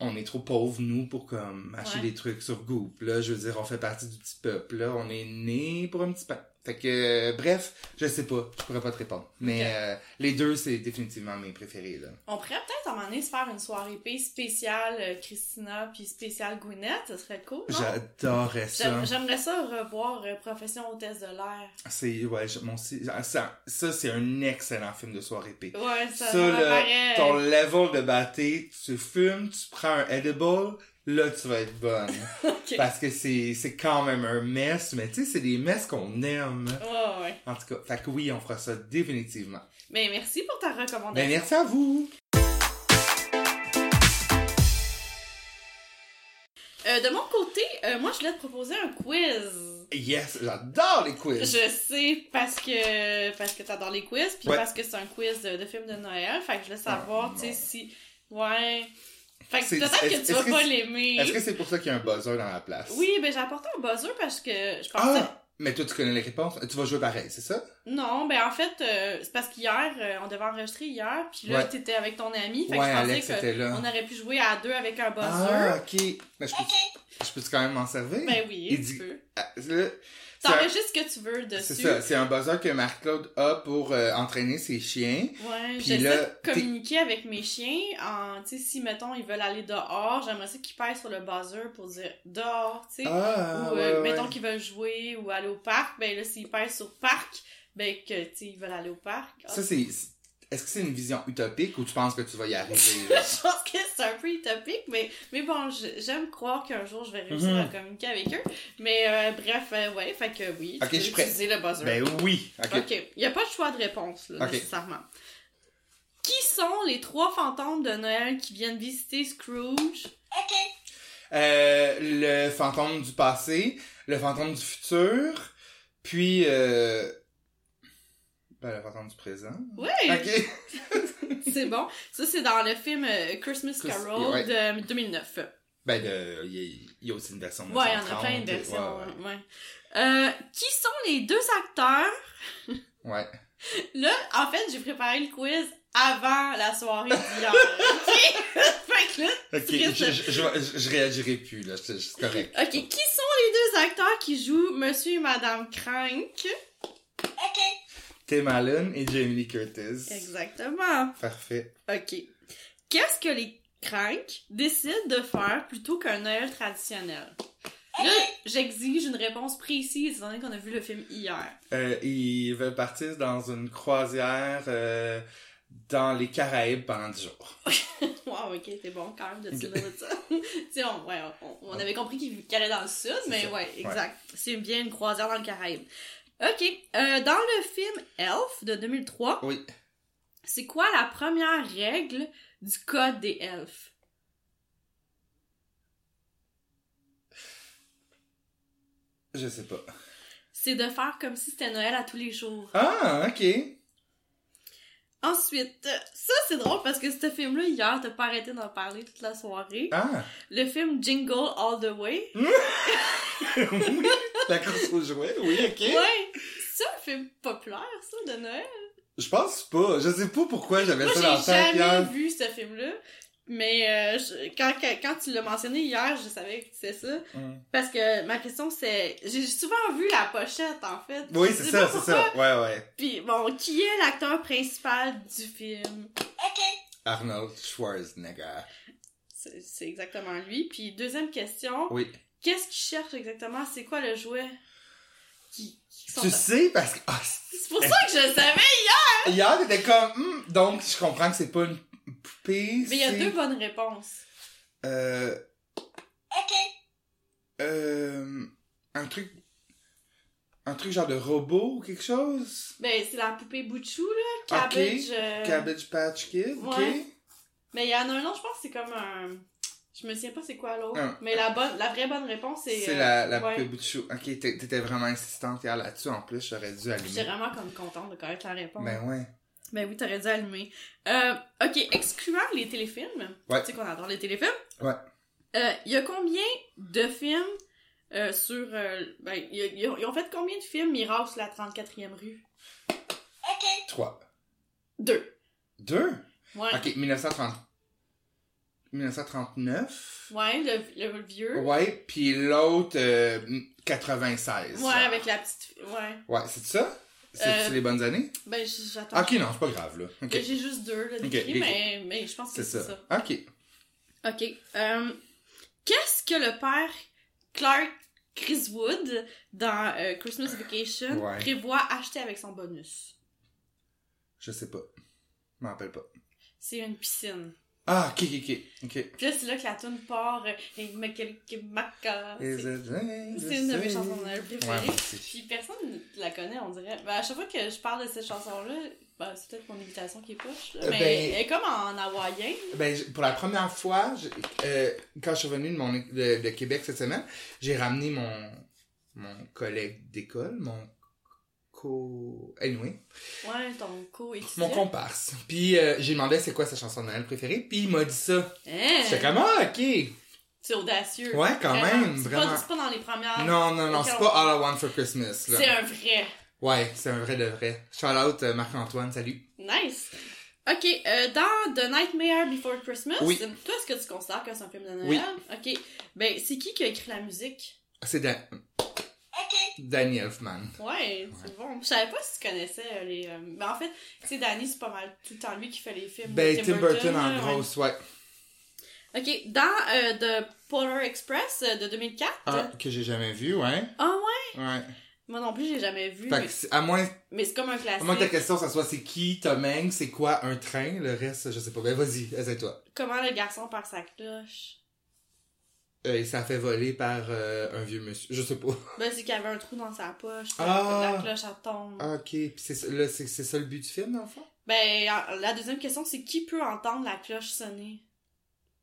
B: on est trop pauvres nous pour comme acheter
A: Ouais.
B: des trucs sur Goop. Là, je veux dire, on fait partie du petit peuple. Là, on est né pour un petit pain. Fait que, euh, bref, je sais pas, je pourrais pas te répondre. Mais
A: Ok.
B: euh, les deux, c'est définitivement mes préférés là.
A: On pourrait peut-être à un moment donné se faire une soirée épée spéciale euh, Christina puis spéciale Gwyneth. Ça serait cool, non?
B: J'adorais ça.
A: J'aime- J'aimerais ça revoir euh, Profession hôtesse de l'air.
B: C'est ouais, je- mon si- ah, ça, ça c'est un excellent film de soirée épée.
A: Ouais, ça, euh,
B: Ça,
A: ça
B: là,
A: m'apparaît.
B: ton level de batté, tu fumes, tu prends un edible, là tu vas être bonne.
A: Ok.
B: Parce que c'est c'est quand même un mess, mais tu sais c'est des messes qu'on aime.
A: Ouais, ouais.
B: En tout cas, fait que oui, on fera ça définitivement.
A: Mais merci pour ta recommandation.
B: Ben merci à vous.
A: Euh, de mon côté, euh, moi, je voulais te proposer un quiz.
B: Yes, j'adore les quiz.
A: Je sais parce que parce que t'adores les quiz, puis
B: Ouais.
A: parce que c'est un quiz de, de films de Noël. Fait que je voulais savoir,
B: Ah,
A: tu sais,
B: non.
A: si... Ouais. Fait que
B: C'est-
A: peut-être que
B: est-ce-
A: tu vas
B: est-ce que
A: pas
B: c'est-
A: l'aimer.
B: Est-ce que c'est pour ça qu'il y a un buzzer dans la place
A: Oui, ben j'ai apporté un buzzer parce que je pensais...
B: Ah, mais toi tu connais les réponses, tu vas jouer pareil, c'est ça
A: Non, ben en fait, euh, c'est parce qu'hier, euh, on devait enregistrer hier, puis là,
B: Ouais.
A: t'étais avec ton ami, fait
B: Ouais,
A: que
B: Alex
A: je pensais
B: était là.
A: qu'on aurait pu jouer à deux avec un buzzer.
B: Ah, ok. Mais je peux, je peux quand même m'en servir
A: Ben oui,
B: Il
A: tu
B: dit-
A: peux.
B: Ah, là, c'est un-
A: T'enregistres ce que tu veux dessus.
B: C'est ça, c'est un buzzer que Marc-Claude a pour euh, entraîner ses chiens.
A: Ouais,
B: Puis
A: j'essaie
B: là,
A: de communiquer avec mes chiens en, tu sais, si, mettons, ils veulent aller dehors, j'aimerais ça qu'ils pèsent sur le buzzer pour dire dehors, tu sais.
B: Ah,
A: ou, euh,
B: ouais, ouais.
A: mettons qu'ils veulent jouer ou aller au parc, ben là, s'ils pèsent sur parc, ben que, tu sais, ils veulent aller au parc. Ah,
B: Ça, c'est... Est-ce que c'est une vision utopique ou tu penses que tu vas y arriver?
A: Ah, je
B: là?
A: pense que c'est un peu utopique, mais, mais bon, je- j'aime croire qu'un jour je vais réussir
B: Mhm.
A: à communiquer avec eux. Mais euh, bref, euh, ouais, fait que oui, tu
B: Ok,
A: peux
B: je suis prêt.
A: utiliser le buzzer.
B: ben oui! OK.
A: Ok, il n'y a pas de choix de réponse, là,
B: Ok.
A: nécessairement. Qui sont les trois fantômes de Noël qui viennent visiter Scrooge?
B: Euh, le fantôme du passé, le fantôme du futur, puis... Euh... Ben, le fantôme du présent.
A: Oui,
B: OK.
A: c'est bon. Ça, c'est dans le film euh, Christmas
B: Christ-
A: Carol
B: ouais.
A: de 2009.
B: Ben, le- il y, a- il y a aussi une version
A: Ouais, il y en a
B: 1930,
A: plein de
B: ouais,
A: versions.
B: ouais.
A: ouais. Euh, qui sont les deux acteurs
B: Ouais.
A: Là, en fait, j'ai préparé le quiz avant la soirée d'hier. ok? fait que là,
B: OK,
A: tu
B: je,
A: risques de-
B: je, je- je réagirai plus, là. C'est c'est correct.
A: Ok, qui sont les deux acteurs qui jouent Monsieur et Madame Crank?
B: Tim Allen et Jamie Lee Curtis.
A: Exactement.
B: Parfait.
A: Ok. Qu'est-ce que les cranks décident de faire plutôt qu'un Noël traditionnel? Là, j'exige une réponse précise, étant donné qu'on a vu le film hier.
B: Euh, ils veulent partir dans une croisière euh, dans les Caraïbes pendant 10 jours.
A: Wow, ok, t'es bon quand même de te souvenir de ça. tu sais, on, ouais, on, on avait compris qu'il qu'elle allait dans le sud, mais
B: ça,
A: ouais,
B: ouais.
A: exact. C'est bien une croisière dans le Caraïbe. Ok, euh, dans le film Elf de 2003,
B: Oui.
A: c'est quoi la première règle du code des elfes?
B: Je sais pas.
A: C'est de faire comme si c'était Noël à tous les jours.
B: Ah, ok.
A: Ensuite, euh, ça c'est drôle parce que ce film-là, hier, t'as pas arrêté d'en parler toute la soirée.
B: Ah.
A: Le film Jingle All the Way.
B: Oui. La course aux jouets, oui, ok.
A: Ouais! C'est un film populaire, ça, de Noël?
B: Je pense pas. Je sais pas pourquoi j'avais
A: Moi,
B: ça dans hein. la
A: j'ai
B: tête.
A: jamais
B: Yann.
A: vu ce film-là. Mais euh, je- quand, quand- quand tu l'as mentionné hier, je savais que c'était ça.
B: Mm.
A: Parce que ma question, c'est... J'ai souvent vu la pochette, en fait.
B: Oui,
A: Je
B: c'est
A: sais
B: ça,
A: pas
B: c'est
A: pourquoi.
B: ça. Ouais, ouais.
A: Puis, bon, qui est l'acteur principal du film?
B: Arnold Schwarzenegger.
A: C'est c'est exactement lui. Puis, deuxième question,
B: Oui.
A: qu'est-ce qu'il cherche exactement? C'est quoi le jouet? Qui, qui sont
B: Tu sais, parce que. Ah,
A: C'est pour ça que je le savais!
B: Hier, t'étais comme. Hmm, donc, je comprends que c'est pas une poupée.
A: Mais il y a
B: c'est-
A: deux bonnes réponses.
B: Euh. Euh. Un truc. Un truc genre de robot ou quelque chose?
A: Ben, c'est la poupée Bouchou, là. Cabbage... euh,
B: Cabbage Patch Kid, ok?
A: ouais. Mais il y en a un autre, je pense que c'est comme un. Je me souviens pas c'est quoi l'autre.
B: Un-
A: Mais la bonne, la vraie bonne réponse c'est.
B: C'est
A: euh,
B: la, la
A: ouais.
B: poupée bout de chou. Ok, t'é- t'étais vraiment insistante hier là-dessus. En plus, j'aurais dû
A: J'étais
B: allumer.
A: vraiment comme contente de connaître la réponse.
B: Ben
A: Ben,
B: ouais.
A: oui, t'aurais dû allumer. Euh, ok, excluant les téléfilms.
B: Ouais.
A: Tu sais qu'on adore les téléfilms.
B: Ouais.
A: Euh, Il y a combien de films euh, sur. euh, ben, il y a- ils ont- ils ont fait combien de films Mirage sur la 34e rue
B: Trois.
A: Deux.
B: Deux?
A: Ouais.
B: Ok, 1930. 1939.
A: Ouais, le, le vieux.
B: Ouais, puis l'autre, euh, 96.
A: Ouais, avec la petite. Ouais.
B: Ouais, c'est ça? C'est
A: Euh,
B: c'est les bonnes années?
A: Ben, j- j'attends.
B: Ok, non, c'est pas grave, là. Ok,
A: J'ai juste deux, là,
B: Ok, ok.
A: d'écrit, mais, mais je pense que
B: c'est ça.
A: C'est ça.
B: Ok.
A: OK. Euh, Qu'est-ce que le père Clark Griswood dans euh, Christmas Vacation
B: Ouais.
A: prévoit acheter avec son bonus?
B: Je sais pas. Je m'en rappelle pas.
A: C'est une piscine.
B: Ah, ok, ok, ok. ok.
A: Puis là, c'est là que la toune part. euh, Hey, Makaliki Maka. Ah,
B: Is
A: C'est
B: it rain?
A: c'est une de mes chansons de Noël
B: Ouais,
A: préférées.
B: moi aussi.
A: Puis personne ne la connaît, on dirait. Ben, à chaque fois que je parle de cette chanson-là, ben, c'est peut-être mon imitation qui est poche. là,
B: Euh,
A: mais
B: ben-
A: elle est comme en hawaïen.
B: Ben, je- pour la première fois, je- euh, quand je suis revenu de, mon, é- de, de Québec cette semaine, j'ai ramené mon, mon collègue d'école, mon co... Anyway,
A: Ouais, ton co
B: mon comparse. Puis euh, j'ai demandé c'est quoi sa chanson de Noël préférée, puis il m'a dit ça.
A: Euh.
B: J'étais comme, ah, ok.
A: Hein? C'est audacieux.
B: Ouais, quand
A: Vraiment.
B: même,
A: C'est
B: vraiment.
A: pas, c'est pas dans les premières.
B: Non, non, non,
A: Ah, Ok,
B: c'est
A: on-
B: pas All I Want for Christmas, là.
A: C'est un vrai.
B: Ouais, c'est un vrai de vrai. Shout out euh, Marc-Antoine, salut.
A: Nice. Ok, euh, dans The Nightmare Before Christmas,
B: Oui.
A: toi, est-ce que tu considères que c'est un film de Noël?
B: Oui.
A: Ok. Ben, c'est qui qui a écrit la musique?
B: C'est Dan... Danny Elfman.
A: Ouais, c'est bon. Je savais pas si tu connaissais euh, les. euh, Ben, en fait, tu sais, Danny, c'est pas mal tout le temps lui qui fait les films.
B: Ben,
A: de
B: Tim Burton,
A: là,
B: en
A: ouais.
B: grosse, ouais.
A: Ok, dans euh, The Polar Express euh, de 2004.
B: Ah, que j'ai jamais vu, ouais.
A: Ah ouais?
B: Ouais.
A: Moi non plus, j'ai jamais vu.
B: Fait
A: mais-
B: que, c'est- à moins
A: Mais c'est comme un classique.
B: À moins que ta question, ça soit c'est qui, Tom Hanks, c'est quoi un train, le reste, je sais pas. Ben vas-y, essaie-toi.
A: Comment le garçon part sa cloche?
B: Euh, il s'est fait voler par euh, un vieux monsieur, je sais pas.
A: Ben, c'est qu'il y avait un trou dans sa poche.
B: Ah.
A: La cloche, elle tombe.
B: Ah, ok, Puis c'est ça- là, c'est c'est ça le but du film, dans le fond?
A: Ben, en- la deuxième question, c'est qui peut entendre la cloche sonner?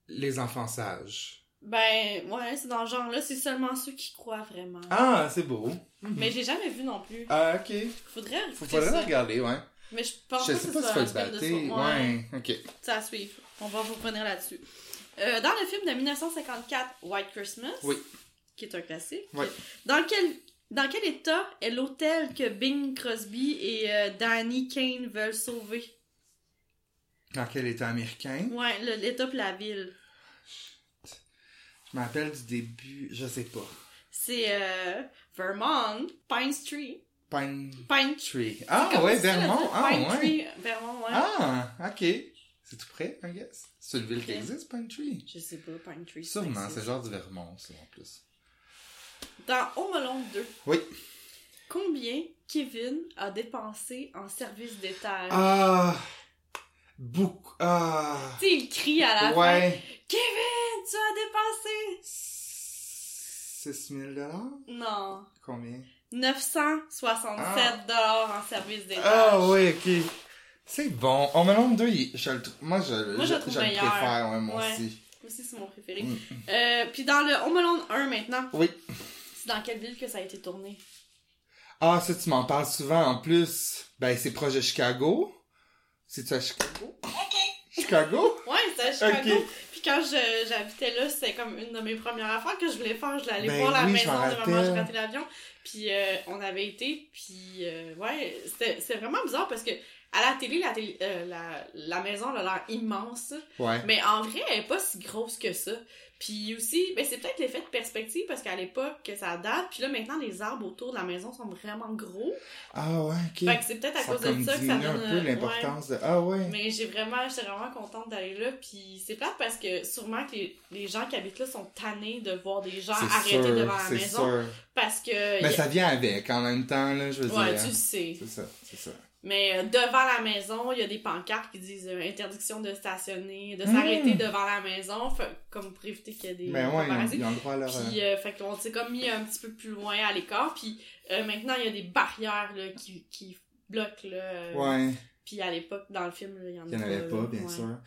B: Les enfants sages.
A: Ben, ouais, c'est dans ce genre-là, c'est seulement ceux qui croient vraiment.
B: Ah, c'est beau.
A: Mais j'ai jamais vu non plus.
B: Ah, ok.
A: Faudrait
B: Faut
A: écouter
B: faudrait
A: ça.
B: le regarder, ouais.
A: Mais je pense
B: je
A: pas
B: sais
A: que
B: pas
A: ce soit
B: si faut
A: un
B: le
A: film
B: battre.
A: de soi. Ouais.
B: Ouais. ok.
A: Ça à suivre. On va vous revenir là-dessus. Euh, dans le film de 1954, White Christmas,
B: Oui.
A: qui est un classique,
B: Ouais.
A: dans quel, dans quel état est l'hôtel que Bing Crosby et euh, Danny Kane veulent sauver?
B: Dans quel état américain?
A: Ouais, le- l'état pis la ville.
B: Je m'appelle du début, je sais pas.
A: C'est euh, Vermont, Pine Street.
B: Pine
A: Pine
B: Tree. Ah,
A: Comment
B: ouais,
A: tu dis, la
B: Vermont.
A: ville?
B: Ah,
A: Pine
B: ouais.
A: Tree, Vermont, ouais.
B: Ah, ok. C'est tout près, I guess. C'est une ville qui
A: Ok.
B: existe, Pine Tree.
A: Je sais pas, Pine Tree. ça
B: Sûrement, c'est
A: existe.
B: genre du Vermont, ça, en plus.
A: Dans Home Alone 2,
B: Oui.
A: combien Kevin a dépensé en service d'étage?
B: Ah! Beaucoup. Ah!
A: Tu sais, il crie à la fin.
B: Ouais.
A: Kevin, tu as dépensé!
B: 6 000
A: Non.
B: Combien?
A: 967 dollars en service d'étage.
B: Ah, oui, ok. C'est bon. On me nombre deux, il- je le trou- Moi, je,
A: Moi, je le trouve meilleur.
B: préfère, ouais, moi
A: Ouais.
B: aussi.
A: Aussi, c'est mon préféré.
B: Mm.
A: Euh, Puis dans le Home Alone 1 maintenant,
B: Oui.
A: c'est dans quelle ville que ça a été tourné?
B: Ah, ça, tu m'en parles souvent en plus. Ben, c'est proche de Chicago. C'est-tu à Chicago? Chicago?
A: Ouais, c'est à Chicago.
B: Ok.
A: Puis puis quand je- j'habitais là, c'était comme une de mes premières affaires que je voulais faire. Je voulais aller
B: Ben
A: voir la
B: oui, je
A: maison
B: m'en
A: de maman, j'ai
B: rappelle.
A: raté l'avion. Puis euh, on avait été, puis euh, ouais, c'était c'était vraiment bizarre parce que à la télé, la, télé- euh, la, la maison elle a l'air immense.
B: Ouais.
A: Mais en vrai, elle est pas si grosse que ça. Puis aussi, ben c'est peut-être l'effet de perspective parce qu'à l'époque que ça date, puis là maintenant les arbres autour de la maison sont vraiment gros.
B: Ah ouais, ok.
A: Fait que c'est peut-être à cause de
B: comme
A: ça que ça
B: diminue
A: donne euh,
B: un peu l'importance de. Ah ouais.
A: ouais. Mais j'ai vraiment, j'étais vraiment contente d'aller là. Puis c'est plate parce que sûrement que les, les gens qui habitent là sont tannés de voir des gens
B: C'est
A: arrêtés
B: sûr,
A: devant la
B: c'est
A: maison
B: sûr.
A: parce que
B: Mais ça hein. vient avec en même temps, là, je veux
A: ouais,
B: dire.
A: tu le sais.
B: C'est ça, c'est ça.
A: Mais euh, devant la maison, il y a des pancartes qui disent euh, interdiction de stationner, de s'arrêter devant la maison, Fait- comme pour éviter qu'il y ait des
B: Mm. Mais ouais, ils ont,
A: paparazzis.
B: ils ont le droit à leur. euh,
A: Puis, euh, fait qu'on s'est comme mis un petit peu plus loin à l'écart. Puis, euh, maintenant, il y a des barrières là, qui, qui bloquent. Là, euh,
B: Ouais.
A: Puis, à l'époque, dans le film, là, il y en,
B: Il n'y en avait pas, bien
A: ouais.
B: sûr.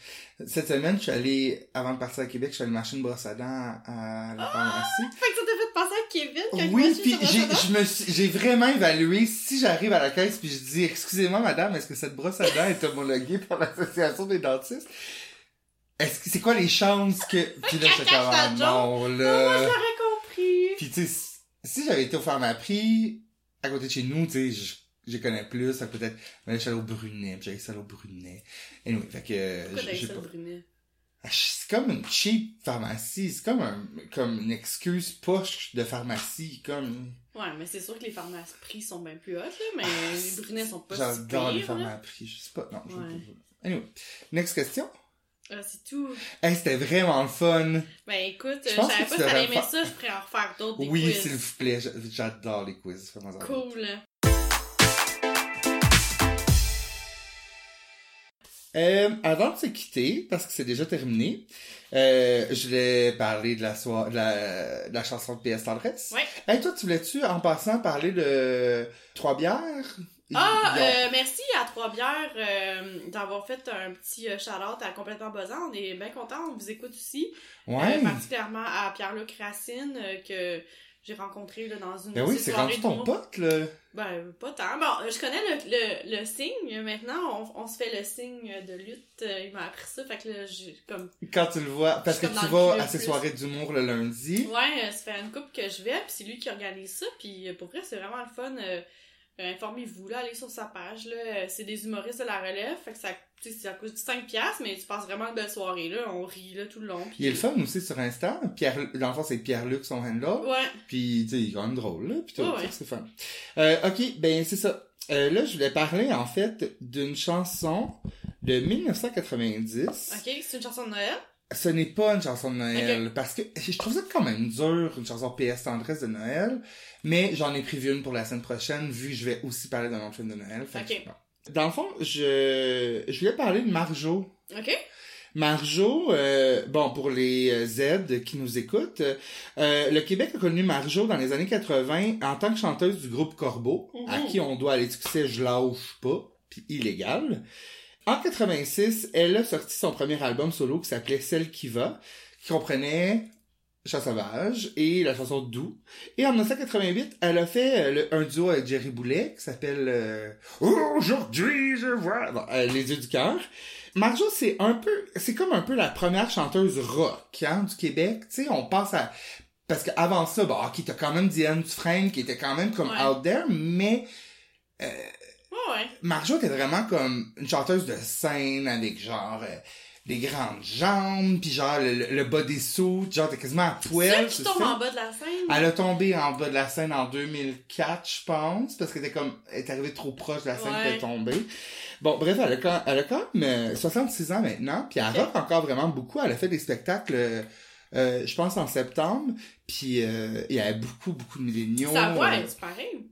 B: Cette semaine, je suis allée, avant de partir à Québec, je suis allée marcher une brosse à dents à
A: Ah!
B: la pharmacie.
A: Fait que ça t'a fait penser à Kevin quand il
B: oui,
A: marchait
B: puis
A: sur la
B: j'ai,
A: Saint-Laurent?
B: je me suis- j'ai vraiment évalué si j'arrive à la caisse puis je dis, excusez-moi madame, est-ce que cette brosse à dents est homologuée par l'association des dentistes? Est-ce que, c'est quoi les chances que, puis là, j'étais
A: cache
B: comme, ah,
A: la
B: non,
A: Non, moi, je
B: là.
A: l'aurais compris.
B: Puis tu sais, si j'avais été au pharmaprix, à côté de chez nous, tu sais, je, je connais plus, ça peut-être, mais là, je suis allée au Brunet, puis j'avais ça au Brunet. Anyway, fait que,
A: Pourquoi
B: je-
A: t'as eu
B: je sais
A: ça,
B: pas. Ah,
A: Brunet?
B: C'est comme une cheap pharmacie, c'est comme, un, comme une excuse poche de pharmacie, comme...
A: Ouais, mais c'est sûr que les pharmacies prix sont bien plus hautes, là, mais les Brunets sont pas si
B: Ah, J'adore les
A: pires. là.
B: pharmacies, je sais pas, non, je
A: Ouais.
B: Anyway, next question.
A: Ah, c'est tout.
B: Hey, c'était vraiment le fun.
A: Ben écoute,
B: Je
A: je
B: pense
A: savais
B: que
A: pas
B: tu
A: si t'allais
B: devrais
A: aimer
B: faire-
A: ça, je pourrais en refaire d'autres des
B: Oui,
A: quiz.
B: s'il vous plaît, j'a- j'adore les quiz. fais-moi en avoir.
A: Cool.
B: Euh, avant de se quitter, parce que c'est déjà terminé, euh, je voulais parler de la, soir- de la, de la chanson de PS Tendresse.
A: Ouais.
B: Hey, toi, tu voulais-tu, en passant, parler de Trois Bières?
A: Ah,
B: Ils ont-
A: euh, merci à Trois Bières euh, d'avoir fait un petit euh, shout-out à Complètement Buzzant. On est bien contents, on vous écoute aussi.
B: Ouais.
A: Euh, particulièrement à Pierre-Luc Racine euh, que j'ai rencontré là, dans une
B: Ben oui,
A: petite
B: c'est
A: soirée
B: rendu ton
A: d'humour.
B: pote, là.
A: Ben, pas tant. Bon, je connais le, le, le signe. Maintenant, on, on se fait le signe de lutte. Euh, Il m'a appris ça, fait que là, j'ai comme...
B: Quand tu le vois, parce que
A: Comme
B: tu
A: dans le
B: vas
A: club,
B: à ces
A: plus.
B: soirées d'humour le lundi.
A: Ouais, euh, ça fait une couple que je vais, puis c'est lui qui organise ça. Puis euh, pour vrai, c'est vraiment le fun. euh, euh, Informez-vous, là, allez sur sa page. là, euh, C'est des humoristes de la relève, fait que ça, tu sais, ça coûte 5$, piastres, mais tu passes vraiment une belle soirée, là. On rit, là, tout le long.
B: Il est le fun aussi sur Insta. Pierre, dans le fond, c'est Pierre-Luc, son handle.
A: Ouais.
B: Puis, tu sais, il est quand même drôle, là. Puis tout,
A: Ouais, ouais.
B: ça, c'est fun. Euh, ok, ben, c'est ça. Euh, là, je voulais parler, en fait, d'une chanson de 1990.
A: Ok, c'est une chanson de Noël.
B: Ce n'est pas une chanson de Noël. Parce que je trouve ça quand même dur, une chanson PS Tendresse de Noël. Mais j'en ai prévu une pour la semaine prochaine, vu que je vais aussi parler d'un autre film de Noël. Fait que
A: Ok.
B: je sais pas. Dans le fond, je, je voulais parler de Marjo.
A: Ok?
B: Marjo, euh, bon, pour les euh, Z qui nous écoutent, euh, le Québec a connu Marjo dans les années 80 en tant que chanteuse du groupe Corbeau, à
A: Mhm.
B: qui on doit aller succès Je lâche pas, puis illégal. En 86, elle a sorti son premier album solo qui s'appelait Celle qui va, qui comprenait Chat sauvage et la chanson Doux. Et en 1988, elle a fait euh, le- un duo avec Jerry Boulet qui s'appelle euh, Aujourd'hui je vois Bon, euh, les yeux du cœur. Marjo, c'est un peu, c'est comme un peu la première chanteuse rock hein, du Québec. Tu sais, on passe à parce qu'avant ça, bah, qui t'as quand même Diane Dufresne qui était quand même comme
A: Ouais.
B: out there, mais
A: Ouais, ouais.
B: Marjo était vraiment comme une chanteuse de scène avec genre euh, des grandes jambes, puis genre le, le, le bodysuit, genre t'es quasiment à poil.
A: Celle qui
B: tu
A: tombe
B: sais.
A: en bas de la scène.
B: Elle a tombé en bas de la scène en 2004, je pense, parce qu'elle était comme, elle est arrivée trop proche de la scène
A: Ouais.
B: qu'elle est tombée. Bon, bref, elle a quand, elle a quand même euh, 66 ans maintenant, puis elle
A: Ok.
B: rock encore vraiment beaucoup. Elle a fait des spectacles, euh, euh, je pense, en septembre, puis euh, il y a beaucoup, beaucoup de milléniaux.
A: Sa voix,
B: euh,
A: elle, c'est pareil.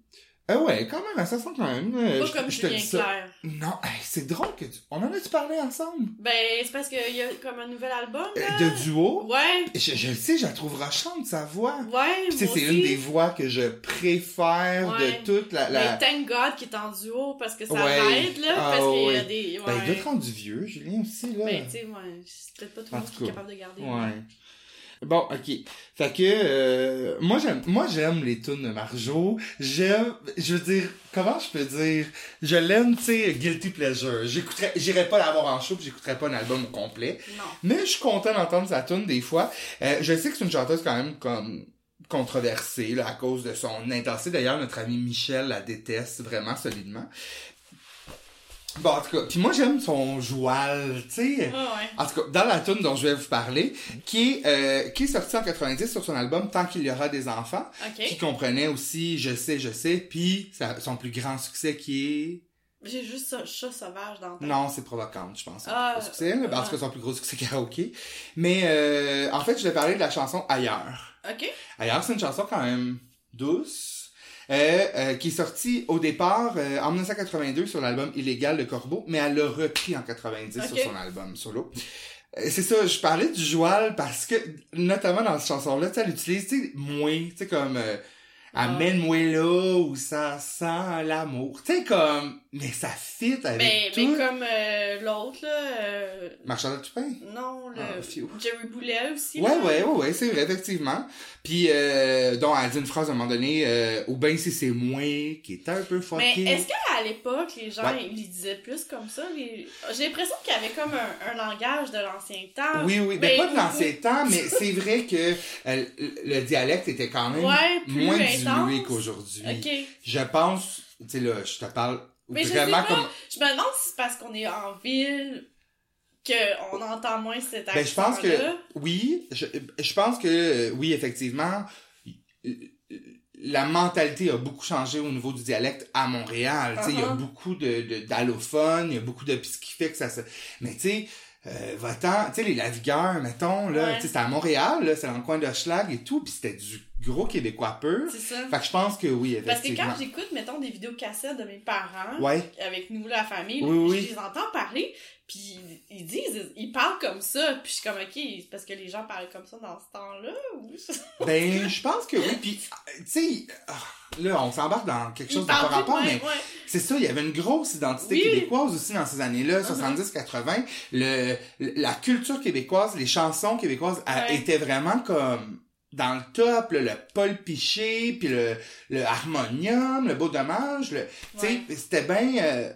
B: Ah ouais, quand même, elle se sent quand même. euh,
A: hein? Pas
B: je-
A: comme
B: je te
A: Julien
B: dis ça.
A: Clerc.
B: Non, hey, c'est drôle que tu... On en a-tu parlé ensemble?
A: Ben, c'est parce qu'il y a comme un nouvel album,
B: Euh,
A: là.
B: de duo?
A: Ouais,
B: Je, je le sais, je la trouve rochante, sa voix.
A: ouais,
B: Puis, tu sais,
A: moi
B: c'est
A: aussi.
B: une des voix que je préfère
A: Ouais.
B: de toute la... la...
A: Mais Ben, thank God qu'il est en duo, parce que ça
B: Ouais.
A: m'aide, là,
B: Ah,
A: parce qu'il y a
B: ouais.
A: des... Ouais.
B: Ben, il doit te rendre vieux, Julien, aussi, là.
A: Ben, tu sais, moi, c'est peut-être pas tout le
B: En
A: monde
B: tout
A: qui est
B: cas.
A: capable de garder.
B: ouais. Bon, ok. Fait que euh, moi j'aime moi j'aime les tunes de Marjo. J'aime je veux dire comment je peux dire je l'aime tu sais guilty pleasure. J'écouterais j'irais pas la voir en show, puis j'écouterais pas un album au complet.
A: Non.
B: Mais je suis content d'entendre sa tune des fois. Euh, je sais que c'est une chanteuse quand même comme controversée là, à cause de son intensité. D'ailleurs, notre ami Michel la déteste vraiment solidement. Bon, en tout cas, puis moi j'aime son joual, tu sais.
A: Ouais, Ah, ouais.
B: En tout cas, dans la tune dont je vais vous parler, qui est, euh, qui est sortie en 90 sur son album Tant qu'il y aura des enfants,
A: Ok.
B: qui comprenait aussi Je sais, je sais, puis sa- son plus grand succès qui est...
A: J'ai juste ça, chat sauvage dans ta...
B: Non, c'est provocante, je pense. son
A: Ah,
B: plus gros succès, là, parce
A: ouais.
B: que son plus gros succès karaoké. Mais euh, en fait, je vais parler de la chanson Ailleurs.
A: Ok?
B: Ailleurs, c'est une chanson quand même douce, euh, euh, qui est sortie au départ euh, en 1982 sur l'album Illégal de Corbeau, mais elle l'a repris en 90
A: Ok.
B: sur son album solo. Euh, C'est ça, je parlais du joual parce que, notamment dans cette chanson-là, tu sais, elle utilise, tu sais, moi, tu sais, comme, euh,
A: Ah.
B: amène-moi là où ça sent l'amour. Tu sais, comme, mais ça fit avec
A: Ben, Mais,
B: tout.
A: mais comme euh, l'autre, là. euh,
B: Marchand de Tupin.
A: non, le.
B: Ah, phew.
A: Jerry Boulet aussi.
B: Ouais,
A: là.
B: ouais, ouais, ouais, c'est vrai, effectivement. Puis, euh, donc, elle dit une phrase à un moment donné, euh, ou ben si c'est moi, qui est un peu
A: Mais
B: fucké.
A: est-ce qu'à l'époque, les gens,
B: Ouais.
A: ils ils disaient plus comme ça? les- J'ai l'impression qu'il y avait comme un, un langage de l'ancien temps.
B: Oui, oui, ben,
A: Ben,
B: pas de l'ancien temps, mais c'est vrai que euh, le- le dialecte était quand même
A: Ouais, plus
B: moins dilué
A: intense.
B: qu'aujourd'hui.
A: Ok.
B: Je pense, tu sais, là, je te parle
A: Mais je sais
B: vraiment
A: pas,
B: comme...
A: Je me demande si c'est parce qu'on est en ville qu'on entend moins cet accent
B: Ben, je pense que oui, je, je pense que euh, oui, effectivement, euh, la mentalité a beaucoup changé au niveau du dialecte à Montréal. Tu sais, Il y a
A: Uh-huh.
B: beaucoup de de- d'allophones, il y a beaucoup de puis ce qui fait que ça se. Mais tu sais, euh, va-t'en, tu sais, les lavigueurs, mettons, là,
A: Ouais.
B: tu sais, c'est à Montréal, là, c'est dans le coin de Schlag et tout, puis c'était du gros québécois pur.
A: C'est ça.
B: Fait que je pense que oui,
A: Parce que
B: effectivement.
A: quand j'écoute, mettons, des vidéos cassettes de mes parents,
B: Ouais.
A: avec nous, la famille,
B: Oui, oui.
A: je les entends parler, puis ils disent, ils parlent comme ça, puis je suis comme, ok, c'est parce que les gens parlent comme ça dans ce temps-là, ou...
B: Ben, je pense que oui. Puis, euh, tu sais, ah, là, on s'embarque dans quelque chose
A: Ils
B: de pas
A: parlent plus de
B: rapport, mais
A: même, ouais.
B: C'est ça, il y avait une grosse identité
A: Oui. Uh-huh.
B: québécoise aussi dans ces années-là, 70-80. Le, le- la culture québécoise, les chansons québécoises a-
A: Ouais.
B: étaient vraiment comme dans le top, là, le Paul Piché, puis le, le harmonium, le beau dommage, le, tu sais, c'était bien, euh,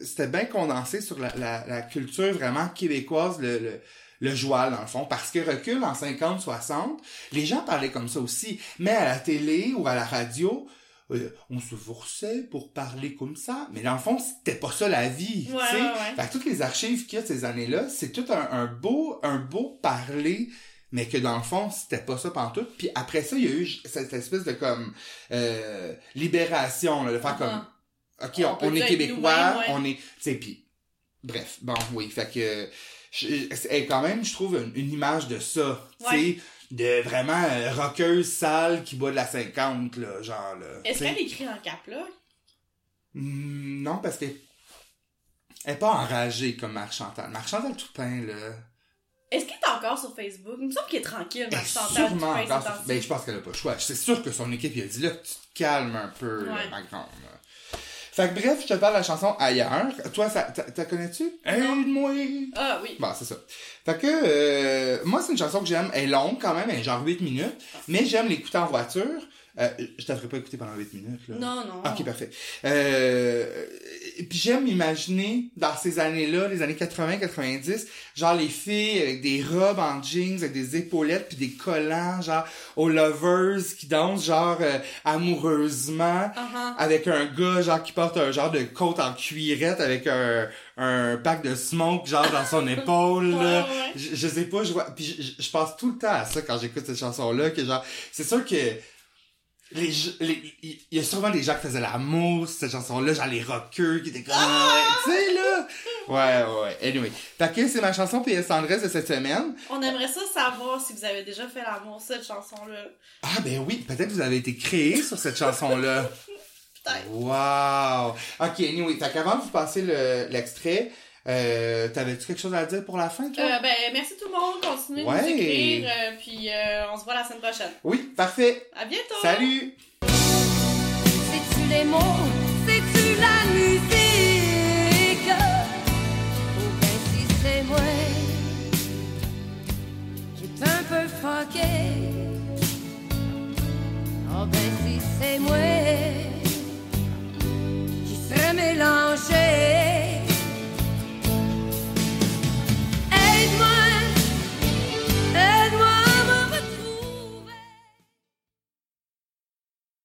B: c'était bien condensé sur la, la, la culture vraiment québécoise, le, le, le joual, dans le fond. Parce que recul en 50, 60, les gens parlaient comme ça aussi. Mais à la télé ou à la radio, euh, on se forçait pour parler comme ça. Mais dans le fond, c'était pas ça la vie,
A: Ouais,
B: tu
A: ouais,
B: sais.
A: ouais.
B: Fait que toutes les archives qu'il y a de ces années-là, c'est tout un, un beau, un beau parler mais que dans le fond c'était pas ça pantoute puis après ça il y a eu j- cette espèce de comme euh, libération là, de
A: Ah.
B: faire comme ok
A: On
B: on,
A: peut
B: on est
A: être
B: québécois
A: nous-mêmes, ouais.
B: on est tu sais puis bref bon oui fait que je- c'est quand même je trouve une, une image de ça
A: Ouais.
B: tu sais de vraiment euh, rockeuse sale qui boit de la 50 là genre là
A: Est-ce
B: tu sais.
A: qu'elle écrit en cap là?
B: Hmm, non parce que elle est pas enragée comme Marchantal Marchantal Toupin là
A: Est-ce qu'elle est encore sur Facebook? Il me semble qu'elle est tranquille,
B: Ben,
A: Marc Chantal.
B: sûrement
A: Dupin, ces
B: encore sur-
A: temps-ci.
B: ben, je pense qu'elle a pas le choix. C'est sûr que son équipe, il a dit là, tu te calmes un peu, là,
A: Ouais.
B: ma grande. là. Fait que bref, je te parle de la chanson ailleurs. Toi, ça, t'a- t'as connais-tu? Aide-moi!
A: Ah oui.
B: Bon, c'est ça. Fait que, euh, moi, c'est une chanson que j'aime. Elle est longue quand même, elle est genre 8 minutes. Mais j'aime l'écouter en voiture. Euh, je t'en ferai pas écouter pendant 8 minutes, là.
A: Non, non.
B: Ok, parfait. Euh, puis j'aime imaginer, dans ces années-là, les années 80-90, genre les filles avec des robes en jeans, avec des épaulettes, puis des collants, genre aux lovers qui dansent, genre euh, amoureusement,
A: Uh-huh.
B: avec un gars, genre qui porte un genre de coat en cuirette, avec un, un pack de smoke, genre dans son épaule. là.
A: ouais.
B: Je, je sais pas, je vois... Puis je- je, je pense tout le temps à ça quand j'écoute cette chanson-là, que genre... C'est sûr que les, je- les- il y a sûrement des gens qui faisaient l'amour sur cette chanson-là, genre les rockeux qui étaient comme,
A: Ah!
B: tu sais, là. Ouais, ouais, ouais. Anyway. Fait que c'est ma chanson PS Andresse de cette semaine.
A: On aimerait ça savoir si vous avez déjà fait l'amour, cette chanson-là.
B: Ah, ben oui, peut-être que vous avez été créé sur cette chanson-là.
A: Peut-être.
B: Wow. OK, anyway. Fait qu'avant de vous passer le- l'extrait, euh, t'avais-tu quelque chose à dire pour la fin, toi?
A: Euh, ben, merci tout le monde. Continuez de
B: Ouais.
A: nous écrire. euh, puis euh, on se voit la semaine prochaine.
B: Oui, parfait.
A: À bientôt!
B: Salut!
F: C'est-tu les mots? C'est-tu la musique? Ou bien si c'est moi qui est un peu me fucker. Oh ben si c'est moi.